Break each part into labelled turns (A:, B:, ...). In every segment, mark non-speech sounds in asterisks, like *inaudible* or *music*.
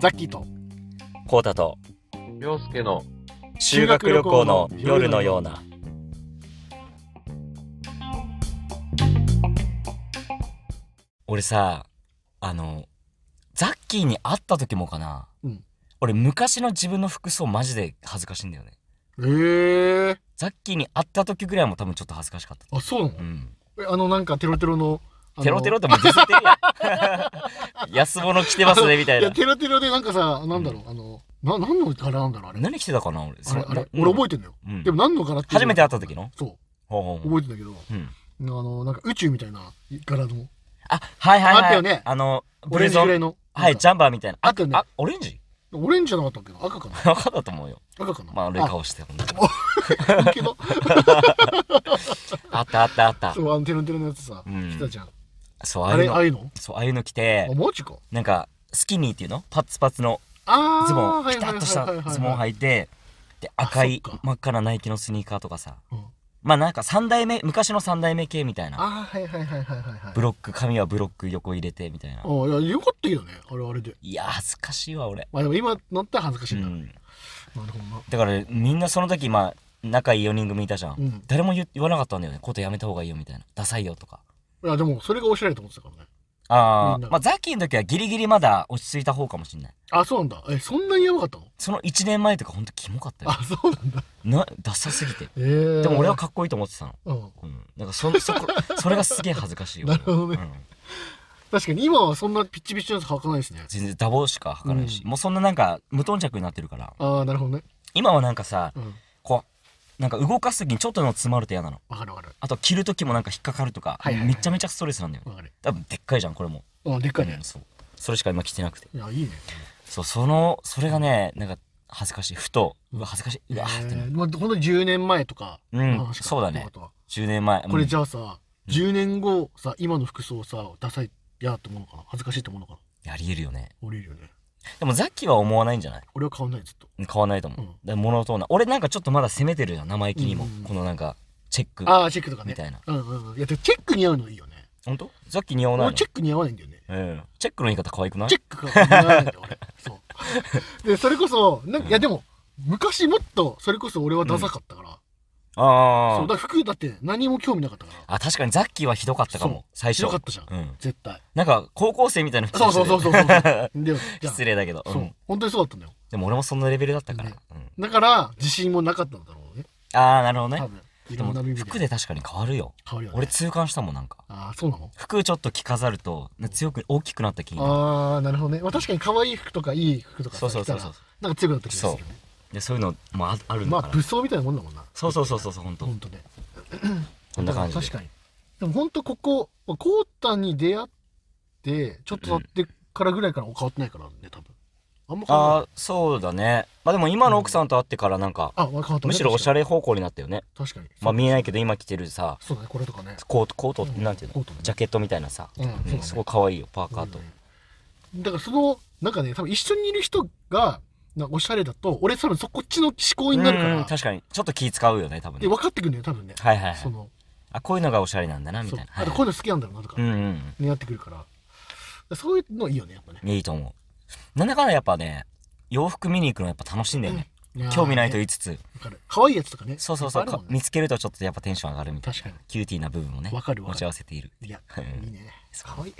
A: ザッキーと
B: コータと
C: 洋介の
B: 修学旅行の夜のような俺さあのザッキーに会った時もかな、
A: うん
B: 俺昔の自分の服装マジで恥ずかしいんだよね
A: へえ
B: ザッキーに会った時ぐらいも多分ちょっと恥ずかしかった
A: あそうなの
B: うん
A: えあのなんかテロテロのあの
B: テロテロってもうディスってるや
A: *laughs*
B: ん安物着てますねみたい
A: いや
B: な
A: テロテロでなんかさなんだろう、あのな何の柄なんだろうあれ
B: 何着てたかな俺
A: あれあれ、
B: うん
A: 俺覚えてんだよ、
B: うん
A: でも何の柄っていうの
B: 初めて会った時の
A: そ
B: ほ
A: う
B: うほうほ
A: 覚
B: う
A: えてんだけど、
B: うん
A: あのなんか宇宙みたいな柄の
B: あ、はいはいはい。
A: あったよね
B: あの、ブ
A: オレ
B: レ
A: ンジ
B: ゾ
A: ぐら
B: ン。
A: いの
B: はい、ジ
A: ゃ
B: ャンバーみたいな。
A: あったよね
B: あ、オレンジ *laughs*
A: オレンジじゃなかったっけど赤かな
B: 赤だと思うよ。
A: 赤かな
B: まあ、悪い顔してるんだけど
A: あけど
B: あったあったあった
A: そ。うあのテロテロのやつさ、
B: うん
A: 来たじゃん
B: そう、あ
A: あ
B: あい
A: れ
B: う
A: ああ
B: の、
A: いうの
B: そう、ああいうの着て
A: あ、マジか
B: なんか、スキニーっていうのパツパツの
A: ああ
B: ズボン、ピタッとしたズボン履いて、で、
A: あ
B: 赤い
A: そっか
B: 真っ赤なナイキのスニーカーとかさ。
A: うん
B: まあ、なんか三代目、昔の三代目系みたいな。
A: あーはいはいはいはいはいはい
B: ブロック、髪はブロック横入れてみたいな。
A: あいやよかったけどねあれはあれで
B: いや、恥ずかしいわ、俺。
A: まあでも今なったら恥ずかし
B: う
A: いな、
B: ん。
A: なるほどな
B: だから、みんなその時、まあ、仲いい4人組いたじゃん
A: う。ん
B: 誰も言言わなかったんだよね。ことやめた方がいいよみたいな。ダサいよとか。
A: いやでもそれがおしゃれと思ってたからね
B: あ
A: みん
B: あ、
A: な
B: まあザッキーの時はギリギリまだ落ち着いた方かもしんない。
A: あそうなんだえそんなにやばかったの
B: その1年前とかほんとキモかったよ
A: あ。そうなんだ
B: な、ダサすぎて。
A: えー、
B: *laughs* でも俺はかっこいいと思ってたの。
A: うん
B: うん。なんかそ、
A: *laughs*
B: そこ、それがすげえ恥ずかしいよ。
A: なるほどね
B: 俺うん
A: 確かに今はそんなピッチピチのやつ履かないですね
B: 全然ダボしか履かないし、
A: うん
B: もうそんななんか無頓着になってるから。
A: ああなるほどね
B: 今はなんかさ
A: う、ん
B: こう、なんか動かす時にちょっとでも詰まると嫌なの。
A: わかるわかる
B: あと着る時もなんか引っかかるとか、
A: はいはいはい
B: めちゃめちゃストレスなんだよね。
A: わかる
B: 多分でっかいじゃん、これも。
A: うんでっかいね
B: うん、そう。それしか今着てなくて。
A: いやいいね
B: そう、その、それがね、なんか、恥ずかしい。ふと、うわ、恥ずかしい。うわ、ーってな
A: えーまあ、ほんと10年前とか
B: うん
A: の話か
B: そうだね
A: ってことは
B: 10年前。
A: これ
B: ゃ、
A: じゃあさ、10年後さ今の服装さダサいやって思うのかな恥ずかしいって思うのかな
B: やりえるよね。
A: 俺いるよね
B: でも、ザッキーは思わないんじゃない
A: 俺は変わんないずっと
B: 買わないと思う。
A: うん
B: で物とな。俺なんかちょっとまだ攻めてるじゃん、生意気にも。
A: うん
B: このなんか、チェック。
A: ああチェックとかね
B: みたいな
A: うんうんうんいやでもチェック似合うのいいよね
B: ほんとザッキー似合わない
A: 俺
B: の
A: チェック似合わないんだよね
B: うん。チェックの言い方可愛くない
A: チェックが似合わないんだよ俺
B: *laughs*
A: そうでそれこそなんかいやでも昔もっとそれこそ俺はダサかったから、
B: あ
A: そう
B: あ。
A: だから服だって何も興味なかったから
B: あ、確かにザッキーはひどかったか
A: そう
B: も。最初。
A: ひどかったじゃん
B: うん。
A: 絶対
B: なんか、高校生みたいな服
A: そうそうそう
B: う。
A: そうそうでじゃあ
B: *laughs* 失礼だけど。う。
A: そうん本当にそうだったんだよ
B: でも俺もそんなレベルだったから。
A: ね
B: うん。
A: だから自信もなかったんだろうね
B: ああ、なるほど
A: 多
B: ね。
A: 分い
B: で
A: ろ
B: も
A: んな意味で
B: 服で確かに変わるよ。
A: 変わるよね
B: 俺痛感したもん、なんか。
A: ああそうなの
B: 服ちょっと着飾るとね強く大きくなった気になる
A: ああなるほどね、まあ、確かに可愛い服とかいい服とか
B: そうそうそう
A: 着
B: そ
A: た
B: う
A: らなんか強くなった気がするよね
B: でそういうのもあある
A: ま
B: の
A: あ
B: かな、
A: 武装みたいなもんだもんな
B: そうそうそうそうそう本当
A: 本当ね
B: こんな感じで
A: 確かにでも本当ここまあコータに出会ってちょっと経ってからぐらいから変わってないからね多分あんま変わらない
B: ああそうだねまあでも今の奥さんと会ってからなんか、
A: あまあ変わった、ね、
B: むしろおしゃ
A: れ
B: れ方向になったよね
A: 確かに
B: まあ見えないけど今着てるさ
A: そうだねこれとかね
B: コートコート、
A: うん
B: なんていう
A: コ
B: の
A: ートね
B: ジャケットみたいなさ、
A: うんそうだね
B: すごい可愛いよパーカーと、
A: だからそのなんかね多分一緒にいる人がなんかおしゃれだと俺多分そこっちの思考になるから、
B: うん確かにちょっと気使うよね多分
A: で
B: ね
A: 分かってくるんだよ多分ね、
B: はいはいは
A: そ
B: い
A: の
B: あこういうのがおしゃれなんだなみ
A: そう
B: たいなは
A: あ
B: い
A: とこういうの好きなんだろうなとか、
B: うんうん
A: になってくるからそういうのいいよねやっぱね
B: うんいいと思うなんだかんだやっぱね洋服見に行くのやっぱ楽しいんだよね、
A: やー
B: 興味ないと言
A: ね
B: いつつ
A: わかる可愛いやつとかね
B: そうそうそう、
A: いっぱいあるもんね
B: 見つけるとちょっとやっぱテンション上がるみたい
A: 確かに
B: なキューティーな部分もね
A: わかるわかる
B: 持ち合わせている
A: いや
B: うん
A: いいね可愛い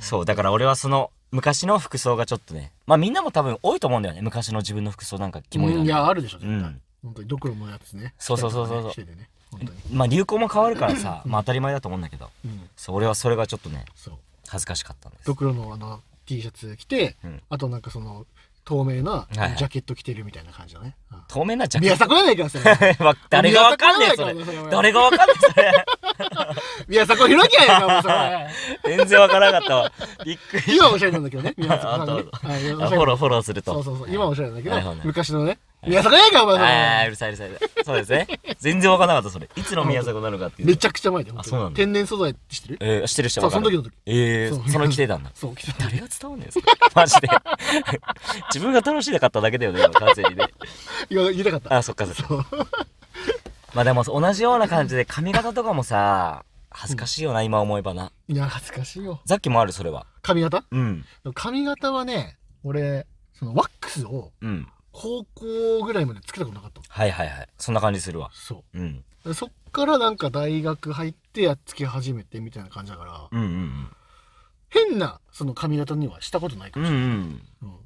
B: そうだから俺はその昔の服装がちょっとねまあみんなも多分多いと思うんだよね昔の自分の服装なんかキモいな
A: うんいやあるでしょ
B: う
A: 絶対
B: ん
A: 本当にドクロのやつね
B: そうそうそうそう
A: 着たりとかねしててね本当に
B: まあ流行も変わるからさまあ当たり前だと思うんだけど
A: うん
B: そう俺はそれがちょっとね
A: そう
B: 恥ずかしかったんです
A: ドクロのあの T シャツ着て
B: うん
A: あとなんかその透明ない
B: はい
A: ジャケット着てるみたいな感じだねうん
B: 透明なジャケ
A: 宮
B: ッ
A: 迫やないかそれ
B: トわ *laughs* 誰がわかんねえそれ
A: 宮迫なんやから
B: 誰がわかんねえそれ
A: 宮迫弘樹やないかもうそれ
B: *laughs* 全然わからなかったわびっくり
A: 今はおしゃれなんだけどね宮迫さんがね
B: あ
A: はいおし
B: あ
A: ゃ
B: フ
A: れ
B: ォローフォローすると
A: そうそうそう今はおしゃれなんだけ
B: なるほど
A: ど
B: ね
A: 昔のね宮迫やないかお前そ
B: ああう
A: れ
B: るさいうるさいうるさいそうですね全然わからなかったそれいつの宮迫なのかっていう
A: めちゃくちゃ前だよ本当に
B: あそうなんだ
A: 天然素材って知ってる
B: えー、してる人
A: そう
B: わ
A: そ
B: か
A: の
B: る
A: 時の時
B: え
A: そ
B: ー、
A: う
B: その着てたんだ
A: そう着てた *laughs*
B: 誰が伝わんねんそれマジで自分が楽しんで買っただけだよね今完全にね
A: 言わ言いたかった
B: あそっかそっかまあでも同じような感じで髪型とかもさ恥ずかしいよな、今思えばな。
A: いや、恥ずかしいよ。
B: さっきもある、それは。
A: 髪型
B: うん。
A: 髪型はね、俺、そのワックスを
B: うん。
A: 高校ぐらいまでつけたことなかったの。
B: はいはいはい。そんな感じするわ。
A: そ
B: うん。
A: う。そっからなんか大学入ってやっつけ始めてみたいな感じだから、
B: うんうん
A: 変なその髪型にはしたことないか
B: うん。
A: も
B: う
A: し
B: ん
A: れない。
B: うん。
A: うん。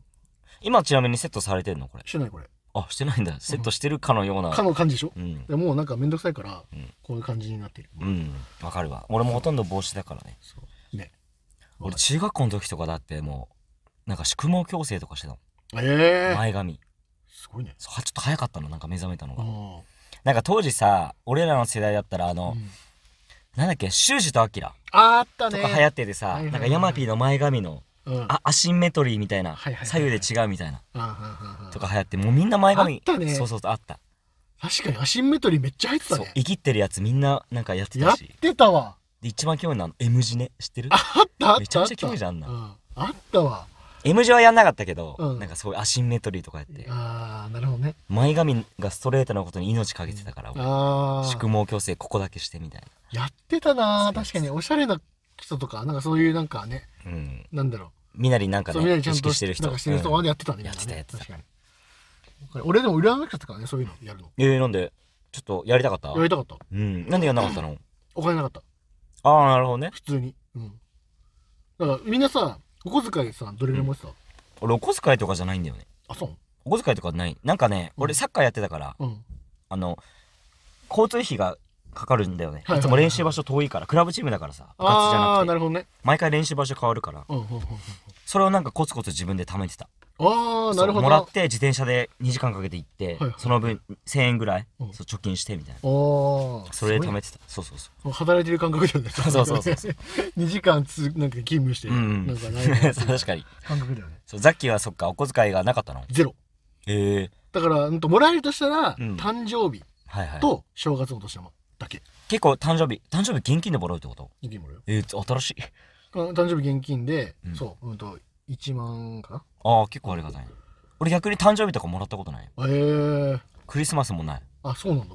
B: 今ちなみにセットされてんのこれ。
A: してないこれ。
B: あ、してないんだ。セットしてるかのような。
A: かの感じでしょ
B: うん。
A: でもうなんかめんどくさいから
B: うん、
A: こういう感じになってる。
B: うん。わかるわ。俺もほとんど帽子だからね。
A: そう。ね。
B: 俺中学校の時とかだってもう、なんか宿毛矯正とかしてたの。
A: ええー。
B: 前髪。
A: すごいね。
B: そうはちょっと早かったの、なんか目覚めたの
A: う
B: が。
A: ん。
B: なんか当時さ、俺らの世代だったらあの、
A: うん
B: なんだっけ、修二とアキラ
A: あーあった
B: と
A: ね。
B: か流行っててさ、
A: はいはいはい
B: なんかヤマピーの前髪の、
A: うん。
B: あ、アシンメトリーみたいな、
A: はいはいはい
B: 左右で違うみたいな、
A: うんうんうんうん
B: とか流行って、もうみんな前髪、
A: あったね
B: そうそうそう、あった。
A: 確かにアシンメトリーめっちゃ入ってた
B: そう
A: ね、。
B: 生きってるやつみんななんかやって
A: や
B: た
A: っ
B: し。
A: てた
B: *laughs*
A: わ。
B: で、一番興味なの M 字ね、知ってる
A: あったあったあった。
B: めちゃめちゃ興味じゃんあんな
A: うん。あったわ。
B: ?M 字はやんなかったけど、
A: うん
B: なんかそういうアシンメトリーとかやって、
A: あー、なるほどね。
B: 前髪がストレートなことに命かけてたから、俺
A: あ
B: 宿
A: ー。
B: 毛矯正ここだけしてみたい
A: やってたな
B: そう
A: ー
B: そう
A: 確かに、おしゃれな人とか、なんかそういうなんかね、
B: な。うん。
A: なんだろ
B: みなりなん
A: う。
B: か
A: そう、みんな
B: ね、意
A: にちゃんと
B: 識してる人。
A: なんかしてる人
B: う
A: は
B: ん
A: やってたね。みんなね
B: やってたやってた
A: 確かに。俺でも裏の人とかね、そういうのやるの。
B: えー、なんで、ちょっとやりたかった
A: やりたかった。
B: うん。なんでやんなかったの
A: お金なかった。
B: ああ、なるほどね。
A: 普通に。うん。だからみんなさ、お小遣いさ、どれぐらい持ってた、
B: 俺、お小遣いとかじゃないんだよね。
A: あ、そう
B: お小遣いとかない。なんかね、
A: う
B: 俺
A: ん
B: サッカーやってたから、
A: うん。
B: あの、交通費がかかるんだよね。
A: はいはいはい
B: いつも練習場所遠いから、クラブチームだからさ、部活じ
A: あ
B: ゃ
A: あー、な
B: なくて、
A: るほどね。
B: 毎回練習場所変わるから、
A: うんうんうんうん。
B: それをなんかコツコツ自分で貯めてた。
A: ああ、なる
B: そ
A: ほど。
B: うもらって、自転車で2時間かけて行って、
A: はいはい
B: その分1000円ぐらい、
A: うん
B: そう貯金してみたいな。
A: おー
B: そ
A: す
B: れで貯
A: ごいね
B: めてた。そうそうそう。
A: もう働いてる感覚だよね。
B: そうそうそうそ
A: 2時間つ、なんか勤務して、
B: うんうん
A: なんかライブや *laughs* ってる
B: 確かに。
A: 感覚だ
B: *laughs*
A: よね。
B: そうザッキーはそっか、お小遣いがなかったの
A: ゼロ。
B: へえ
A: だから、うんともらえるとしたら、
B: うん
A: 誕生日
B: はいはい。
A: と正月のお年玉だけ。
B: 結構誕生日、誕生日現金でもらうってこと
A: 現金もらうよ
B: えー、新しい。
A: うん誕生日現金で、
B: うん
A: そう、うんと、1万か
B: ああ、結構ありがたい。俺逆に誕生日とかもらったことない。
A: なええー。
B: クリスマスもない。
A: あ、そうなんだ。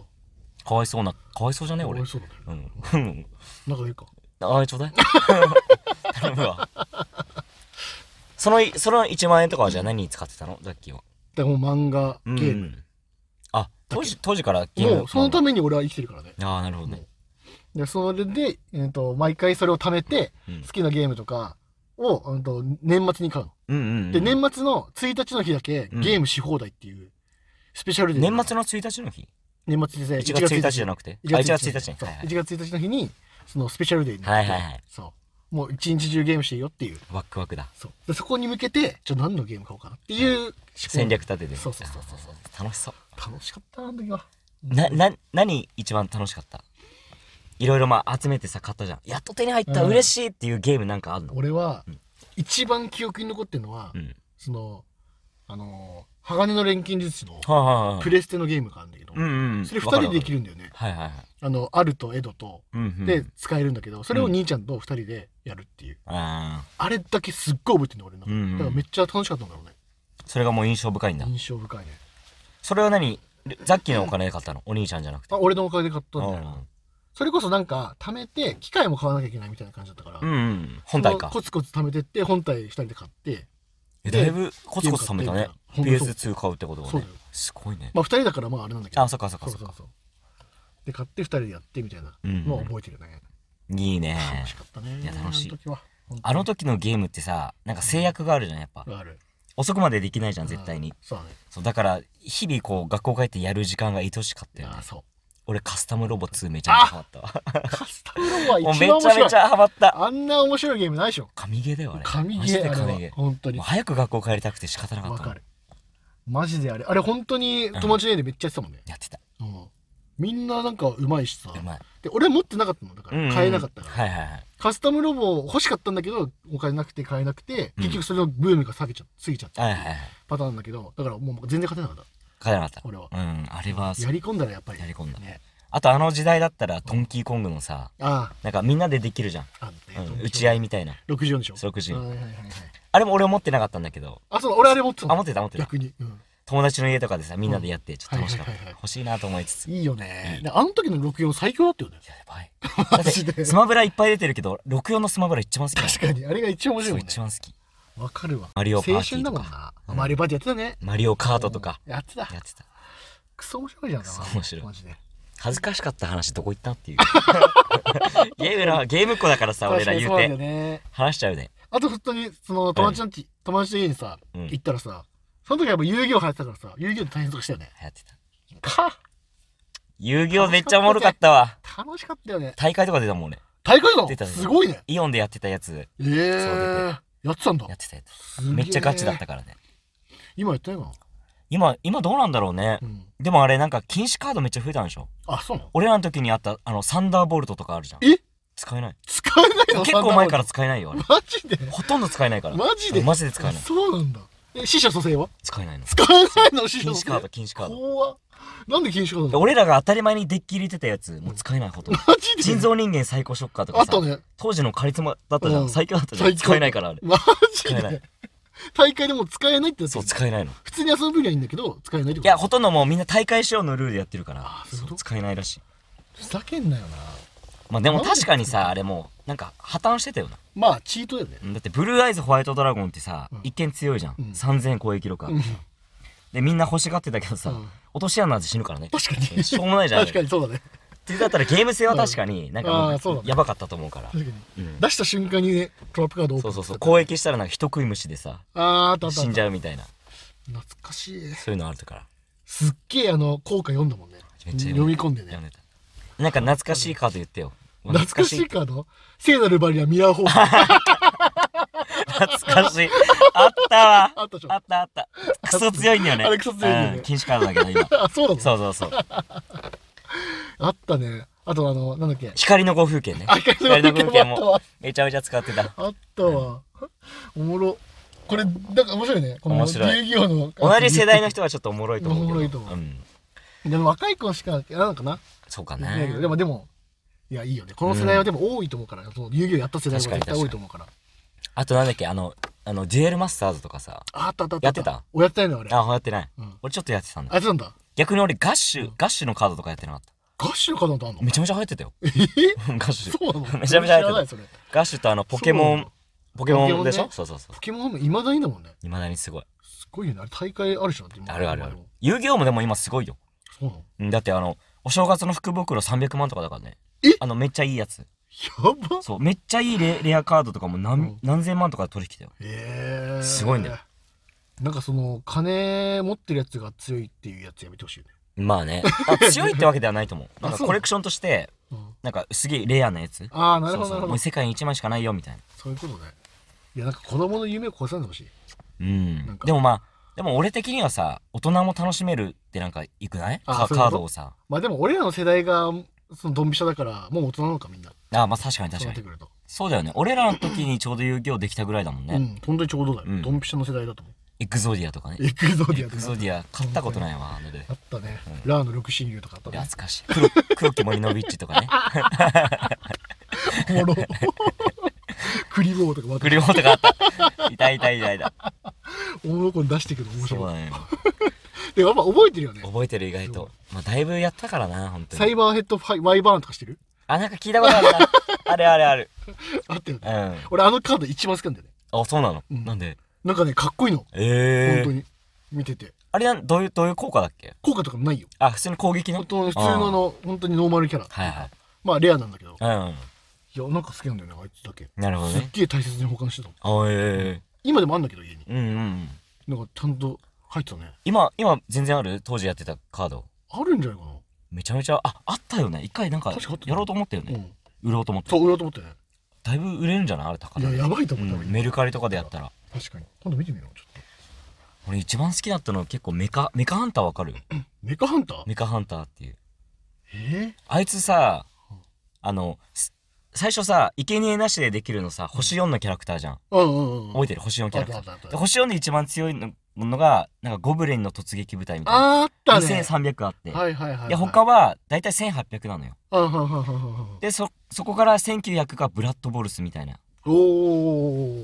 B: かわいそうな、かわいそうじゃね俺。
A: そうだね。
B: うん。うん
A: 仲いいか。
B: ああ、ちょうだい。 *laughs* 頼むわ。その、その1万円とかはじゃあ何に使ってたのザッキーは。
A: でもう漫画、
B: うん
A: ゲーム。
B: あ、当時、当時からゲーム。
A: もう、そのために俺は生きてるからね。
B: ああ、なるほどね。
A: で、それで、えっと、毎回それを貯めて、
B: うん
A: 好きなゲームとかを、うんと、年末に買うの。
B: うんうん、うん。
A: で、年末の1日の日だけ
B: うん
A: ゲームし放題っていう、スペシャルデー
B: 年末の1日の日
A: 年末ですね
B: ?1 月1日じゃなくて。あ、1月1日ね。
A: そう
B: はいはい
A: 1月1日の日に、そのスペシャルデーにな
B: は
A: っ
B: い
A: て
B: はいはい。
A: そう。もう一日中ゲームしていいよっていう。
B: ワックワクだ。
A: そう。で、そこに向けて、ちょ、何のゲーム買おうかなっていう
B: 戦略。立てて。
A: そうそうそうそうそう
B: あー楽しそう。
A: 楽しかったな、あの時は。
B: な、な、何一番楽しかったいろいろまあ集めてさ、買ったじゃん。やっと手に入った、
A: うん
B: 嬉しいっていうゲームなんかあるの
A: 俺は
B: うん、
A: 一番記憶に残ってるのは
B: う、ん。
A: その、あのー、鋼の錬金術師の
B: はいはいはい。
A: プレステのゲームがあるんだけど、
B: うんうんうん。
A: それ二
B: わか
A: 人ででき
B: る
A: るんだよね。
B: わかる。はいはいはい。
A: あの、アルとエドと、
B: うんうん。
A: で、使えるんだけど、それを兄ちゃんと二人でやるっていう。
B: あ
A: あれだけすっごい覚えてるの俺の中で、
B: うんうん
A: だからめっちゃ楽しかったんだろうね
B: あ。それがもう印象深いんだ。
A: 印象深いね
B: それは何ザッキーのお金で買ったのお兄ちゃんじゃなくて。
A: あ俺のおかげで買ったんだよな、
B: う
A: それこそなんか貯めて機械も買わなきゃいけないみたいな感じだったから、
B: んうん。本体か
A: その。コツコツ貯めてって本体二人で買って
B: えだいぶコツコツ貯めたね。
A: ゲーム買って
B: PS2 買うってことが
A: そう
B: ね
A: だよ。
B: すごいね。
A: まあ二人だからまああれなんだけど
B: あ、そっかそっ
A: そ
B: か
A: う
B: そっ
A: そう
B: か。
A: そうで買って二人でやってみたいなのを覚えてるね、
B: い
A: *laughs*
B: いね。
A: 楽しかったね
B: いや楽しい
A: あの時は本当
B: あ
A: に
B: の時のゲームってさ、なんか制約があるじゃん、やっぱ。
A: ある
B: 遅くまでできないじゃん、絶対に
A: うん。そうだね
B: そうだから日々こう学校帰ってやる時間が愛しかったよ
A: あ
B: ね
A: あそう
B: 俺カスタムロボ2めちゃめちゃハマったわ
A: カスタムロボは
B: もう
A: 一
B: め
A: 番面
B: ちゃ
A: 白
B: め
A: い
B: ちゃハマった
A: あんな面白いゲームないでしょ
B: 神ゲーだよあれ
A: 神
B: マ
A: ゲ
B: ジで
A: ーあ
B: 神
A: れ
B: ゲ
A: は本当
B: ー
A: に
B: もう早く学校帰りたくて仕方なかっ
A: わ
B: た
A: か
B: もん
A: るマジであれあれ本当に友達の家でめっちゃやってたもんね、
B: やってた
A: うんみんななんかうまいしさ
B: うまい
A: で俺持ってなかったのだか
B: うんう
A: ら
B: ん
A: 買えなかったから、
B: はいはいはい
A: カスタムロボ欲しかったんだけどお金なくて買えなくて
B: うん
A: 結局それのブームが下げちゃ過ぎちゃった
B: はいはいはい
A: パターンだけどだからもう全然勝てなかっ
B: 帰らなかった
A: 俺は
B: うんあれは
A: たやり込んだらやっぱり
B: やり込んだ
A: ね
B: あとあの時代だったらドンキーコングのさ
A: あ
B: なんかみんなでできるじゃん、
A: ああのね
B: うん打ち合い
A: み
B: みたいな
A: 64でしょ
B: 64
A: はいはいはいはい
B: あれも俺は持ってなかったんだけど
A: あそうだ俺あれ持ってた
B: あ
A: の
B: 持ってた持ってた
A: 逆に、うん、
B: 友達の家とかでさ、みんなでやって、ちょっと楽しかった。
A: はいはいはいはい
B: 欲しいなと思いつつ。い
A: いいよね。であの時の64最強だったよね。
B: や、やばい。
A: マ
B: だっ
A: ジで
B: て、スマブラいっぱい出てるけど、64のスマブラ一番好きだよ。
A: 確かに。あれが一番面白い
B: そ
A: も
B: う、
A: んね
B: 一。番好き。
A: わかるわ。
B: マリオパーティー
A: 青春だもん
B: と
A: な
B: か。
A: あマリオパーティーやってたね。
B: マリオカートとか、
A: やってた。
B: やってた。
A: クソ面白いじゃんな。
B: クソ面白い
A: マジで。
B: 恥ずかしかった話どこ行ったっていう
A: *laughs*
B: ゲームのゲームっ子だからさ俺ら
A: 確かに
B: 言
A: そううなんだよ
B: て
A: ね。
B: 話しちゃうね
A: あと、本当に、その、友達のち、友達の家にさ、
B: うん
A: 行ったらさ、その時はやっぱ遊戯王流行ってたからさ、遊戯王で大変とかしたよね。
B: 流行ってた
A: か
B: 遊戯王めっちゃおもろかったわ
A: 楽しかったよね。
B: 大会とか出たもん俺
A: 大会だ
B: 出たね
A: すごいね。
B: イオンでやってたやつ
A: ええー。やってたんだ
B: や。ってたやつ
A: すげえ
B: めっちゃガチだった。からね
A: 今やったよ、
B: 今今どうなんだろうね
A: 今。うん。
B: でもあれなんか禁止カードめっちゃ増えたんでしょ
A: あ、そうなの
B: 俺らの時にあったあのサンダーボルトとかあるじゃん
A: え
B: 使えない
A: 使えないの
B: 結構前から
A: ら。
B: 使えないよあれ
A: マジで
B: ほとんど使えないか
A: *laughs*
B: ら
A: マジで
B: マジで使えない
A: そうなんだ。え、死者蘇生は
B: 使えないの
A: 使えないの死者
B: 禁
A: 蘇
B: 止カード
A: 生。
B: 禁止カード
A: 怖っなんで禁止カードなの
B: 俺らが当たり前にデッキ入れてたやつもう使えないほとんど
A: マジで
B: 人造人間最高ショッカーと
A: あ
B: か
A: った
B: さ、
A: ね。
B: 当時のカリスマだったじゃん、
A: うん
B: 最強だったじゃん
A: 最強
B: 使えないからあれ
A: マジ
B: 使えない
A: で大会でも使えないってやつ
B: そう使えないのい
A: 普通に遊ぶ分にはいいんだけど、使えないってこと
B: やほとんどもうみんな大会仕様のルールでやってるから
A: あそういうこと
B: そう使えないらしい
A: ふざけんなよな。
B: まあでも確かにさあれもうなんか破綻してたよな
A: まあ、チートだよね。
B: うんだってブルーアイズホワイトドラゴンってさ、
A: うん
B: 一見強いじゃん、
A: うん
B: 3000攻撃力ある、
A: うん
B: でみんな欲しがってたけどさ、
A: うん
B: 落とし穴で死ぬからね
A: 確かに。
B: しょうもないじゃんあれ
A: 確かにそうだね。
B: ってだったらゲーム性は確かになんかも
A: あ
B: う
A: ーそうだね
B: やばかったと思うから、
A: 確かに。
B: うん
A: 出した瞬間にね、トラップカードオープ
B: そう
A: ン
B: そうそう
A: こ
B: 攻撃したらなんか人食い虫でさ
A: う。あー、あったあったあ
B: 死
A: っ
B: ん
A: た。
B: じゃうみたいな
A: 懐かしい。
B: そういうのあるから
A: すっげえ、あの、効果読んだもんね。
B: めっちゃ
A: 読み込んでね
B: 読。んでたなんか懐かしいカード言ってよ
A: 懐かしいカード聖なるバリアミラーホー
B: *laughs*
A: ル。
B: 懐かしいあったわ
A: あったでしょ
B: あったあったクソ強いんだよね
A: あれクソ強いんだよね
B: うん禁止カードだけど今
A: あ、そうだった。
B: そうそうそう
A: あったね。あと、あの、なんだっけ。
B: 光の五風景ね
A: あ、光の
B: 光
A: 風景
B: の風景
A: もあった
B: も
A: わ。
B: めちゃめちゃ使ってた
A: あったわ。 *laughs* おもろ。これ、なんか面白いね。この
B: 面白い
A: 遊戯王の。
B: 同じ世代の人はちょっとおもろいと思うけど
A: おもろいと思うんでも若い子しかやらないのかな。
B: そうか
A: だけど
B: ね
A: でも、でも、いや、いいよね。この世代はでも多いと思うから、その遊戯王やった世代は絶対多いと思うから。
B: あとなんだっけあのあのデュエルマスターズとかさ
A: ああったあったあった。
B: やってた
A: おやってないのあれ。
B: あ流行ってない
A: うん
B: 俺ちょっとやってたん
A: あ
B: だ
A: やってたんだ。
B: 逆に俺ガッシュガッシュのカードとかやってなかっ
A: ガッシュのカードってあんの
B: ためちゃめちゃ流行ってたよ
A: *laughs* え
B: ガッシュ
A: そうなの
B: めちゃめちゃ
A: 知
B: 流
A: ら
B: 行
A: な
B: っ
A: い、
B: て
A: それ。
B: たガッシュとあのポケモ
A: そうな
B: ン
A: の
B: ポケモンでし
A: ポケモン
B: ょ
A: ね
B: そうそうそう
A: ポケモンもいまだにだもんね。
B: いまだにすごい
A: すごいよね。あれ大会あるでしょ。でも
B: あるあるある。遊戯王もでも今すごいよ。
A: そうなの
B: うんだってあの、お正月の福袋300万とかだからね。
A: え
B: あの、めっちゃいいやつ。
A: やば
B: そう、めっちゃいいレレアカードとかも何,、
A: うん
B: 何千万とかで取引だよ。
A: ええ
B: すごいんだよ
A: なんかその金持ってるやつが強いっていうやつやめてほしいよね、
B: まあね。あ強いってわけではない
A: *laughs*
B: と思う。なんか
A: そう
B: コレクションとして、
A: うん、
B: なんかすげえレアなやつ。
A: ああなるほど
B: そ
A: なる
B: うそう。
A: ほ
B: も
A: ど
B: う世界に1枚しかないよみたいな。
A: そういうことねいやなんか子供の夢を越さんでほしい
B: うん。
A: なんか
B: でもまあ、でも俺的にはさ、大人も楽しめるってなんかいくない
A: あ
B: か
A: そういうこ
B: カー
A: と
B: ドをさ。
A: まあでも俺らの世代がそのドンピシャだからもう大人なのかみんな
B: あまあ確かに確
A: そうな
B: か
A: って
B: に。
A: くると
B: そうだよね。俺らの時にちょうど遊戯王できたぐらいだもんね。
A: うん本当にちょうどだよ、
B: うん
A: ドンピシャの世代だと思
B: エクゾディアとかね
A: う。エクゾディア
B: エ
A: と
B: ク
A: か
B: ゾディア買ったことないわ、あので。
A: あったね、ラーの六神竜とかあったね
B: 懐かしい。黒黒木森のビッチとかね。
A: おもろクリボーとかまた
B: グリオとかあった。いたいたいたいた。
A: おもろこに出してくるの面
B: そう
A: 白
B: だ
A: い
B: ね。
A: でやっぱ覚えてるよね
B: 覚えてる意外と。まあだいぶやったからな、本当
A: サ
B: に。
A: イバーヘッドファイワイバーンとかしてる
B: あ、なんか聞いたことあるな。あるあるある。
A: あったよね
B: う
A: 俺あのカード一番好きなんだよね
B: ん。あ、そうなの。
A: うん
B: なんで
A: なんかねかっこいいの、本
B: え
A: 当
B: え。
A: に見てて
B: あれなん、どういう、どういう効果だっけ
A: 効果とかもないよ
B: あ、普通に攻撃の
A: 本当に普通のあ。の本当にノーマルキャラ
B: あーはいはい。
A: まあレアなんだけど
B: う
A: いやなんか好きなんだよねあいつだけ
B: ん。なるほど
A: すっ
B: ね。
A: げえ大切に保管してたの
B: あえ
A: 今でもあんだけど家に
B: え。うんうんうん。
A: なんかちゃんと入ってたね
B: 今、今全然ある当時やってたカード。
A: あるんじゃないかな
B: めちゃめちゃ、あ、あったよね。一回なんか
A: 確かあった、な
B: やろうと思ったよね。
A: うん
B: 売ろうと思って。
A: そう売ろうと思ってね
B: だいぶ売れるんじゃないあれ高
A: い
B: 値
A: や
B: で
A: やばいと思った、
B: うん、メルカリとかでやったら
A: 確かに今度見てみようちょっ
B: 俺一番好きだったのは結構メカメカハンターわかる
A: とメカハンター
B: メカハンターっていう
A: え
B: あいつさあのす最初さ生贄なしでできるのさ星4のキャラクターじゃん
A: ー、うんうんうん
B: 覚えてる星4キャ
A: あっ
B: ラク
A: た
B: タ
A: あっ
B: ー
A: たあった
B: で星4で一番強いののがなんかゴブリンの突撃部隊みたいな
A: あったね
B: 2300あって、
A: はいはいはい、はい、
B: で他は大体1800なのよ
A: あはいはいはいはい
B: でそそこから1900がブラッドボルスみたいな
A: お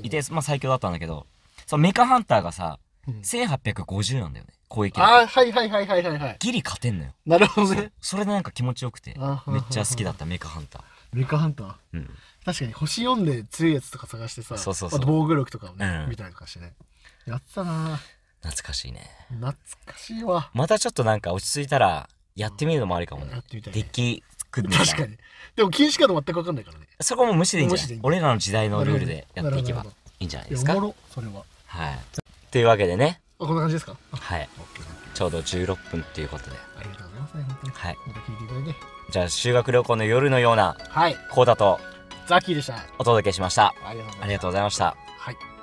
A: お
B: いて、まあ、最強だったんだけどそのメカハンターがさ
A: うん
B: 1850なんだよね。公益力。
A: あーはいはいはいはいはいはい。
B: ギリ勝てんのよ。
A: なるほどね。
B: それでなんか気持ちよくて、
A: あ
B: めっちゃ好きだったメカハンター。
A: メカハンター。
B: うん。
A: 確かに星4で強いやつとか探してさ、
B: そうそうそう
A: あと防御力とかをね、
B: うん
A: 見たりとかしてね。やってたなぁ
B: 懐かしいね。
A: 懐かしいわ。
B: またちょっとなんか落ち着いたら、やってみるのもありかも
A: や
B: ね
A: っ。てみたい
B: デ
A: ね、
B: ッキ作るの
A: 確かに。でも禁止カード全く分かんないからね。
B: そこも無視でいいんじゃ
A: 無視
B: な
A: でいい
B: い俺らの時代のルールでやっていけ
A: な
B: ば
A: るほどなるほど
B: いいんじゃない
A: い
B: で
A: や、
B: す
A: お
B: か
A: も。ろ、それは。
B: はい。というわけでね、
A: あこんな感じですかあ
B: はい。
A: オッケー
B: ちょうど16分っていうことで。
A: ありがとうございますね、本当に。
B: はい。
A: また聞いていただいて。
B: じゃあ修学旅行の夜のような
A: はい、
B: コーダと
A: ザッキーでした。
B: お届けしました。
A: ありがとうございました
B: ありがとうございました。
A: はい。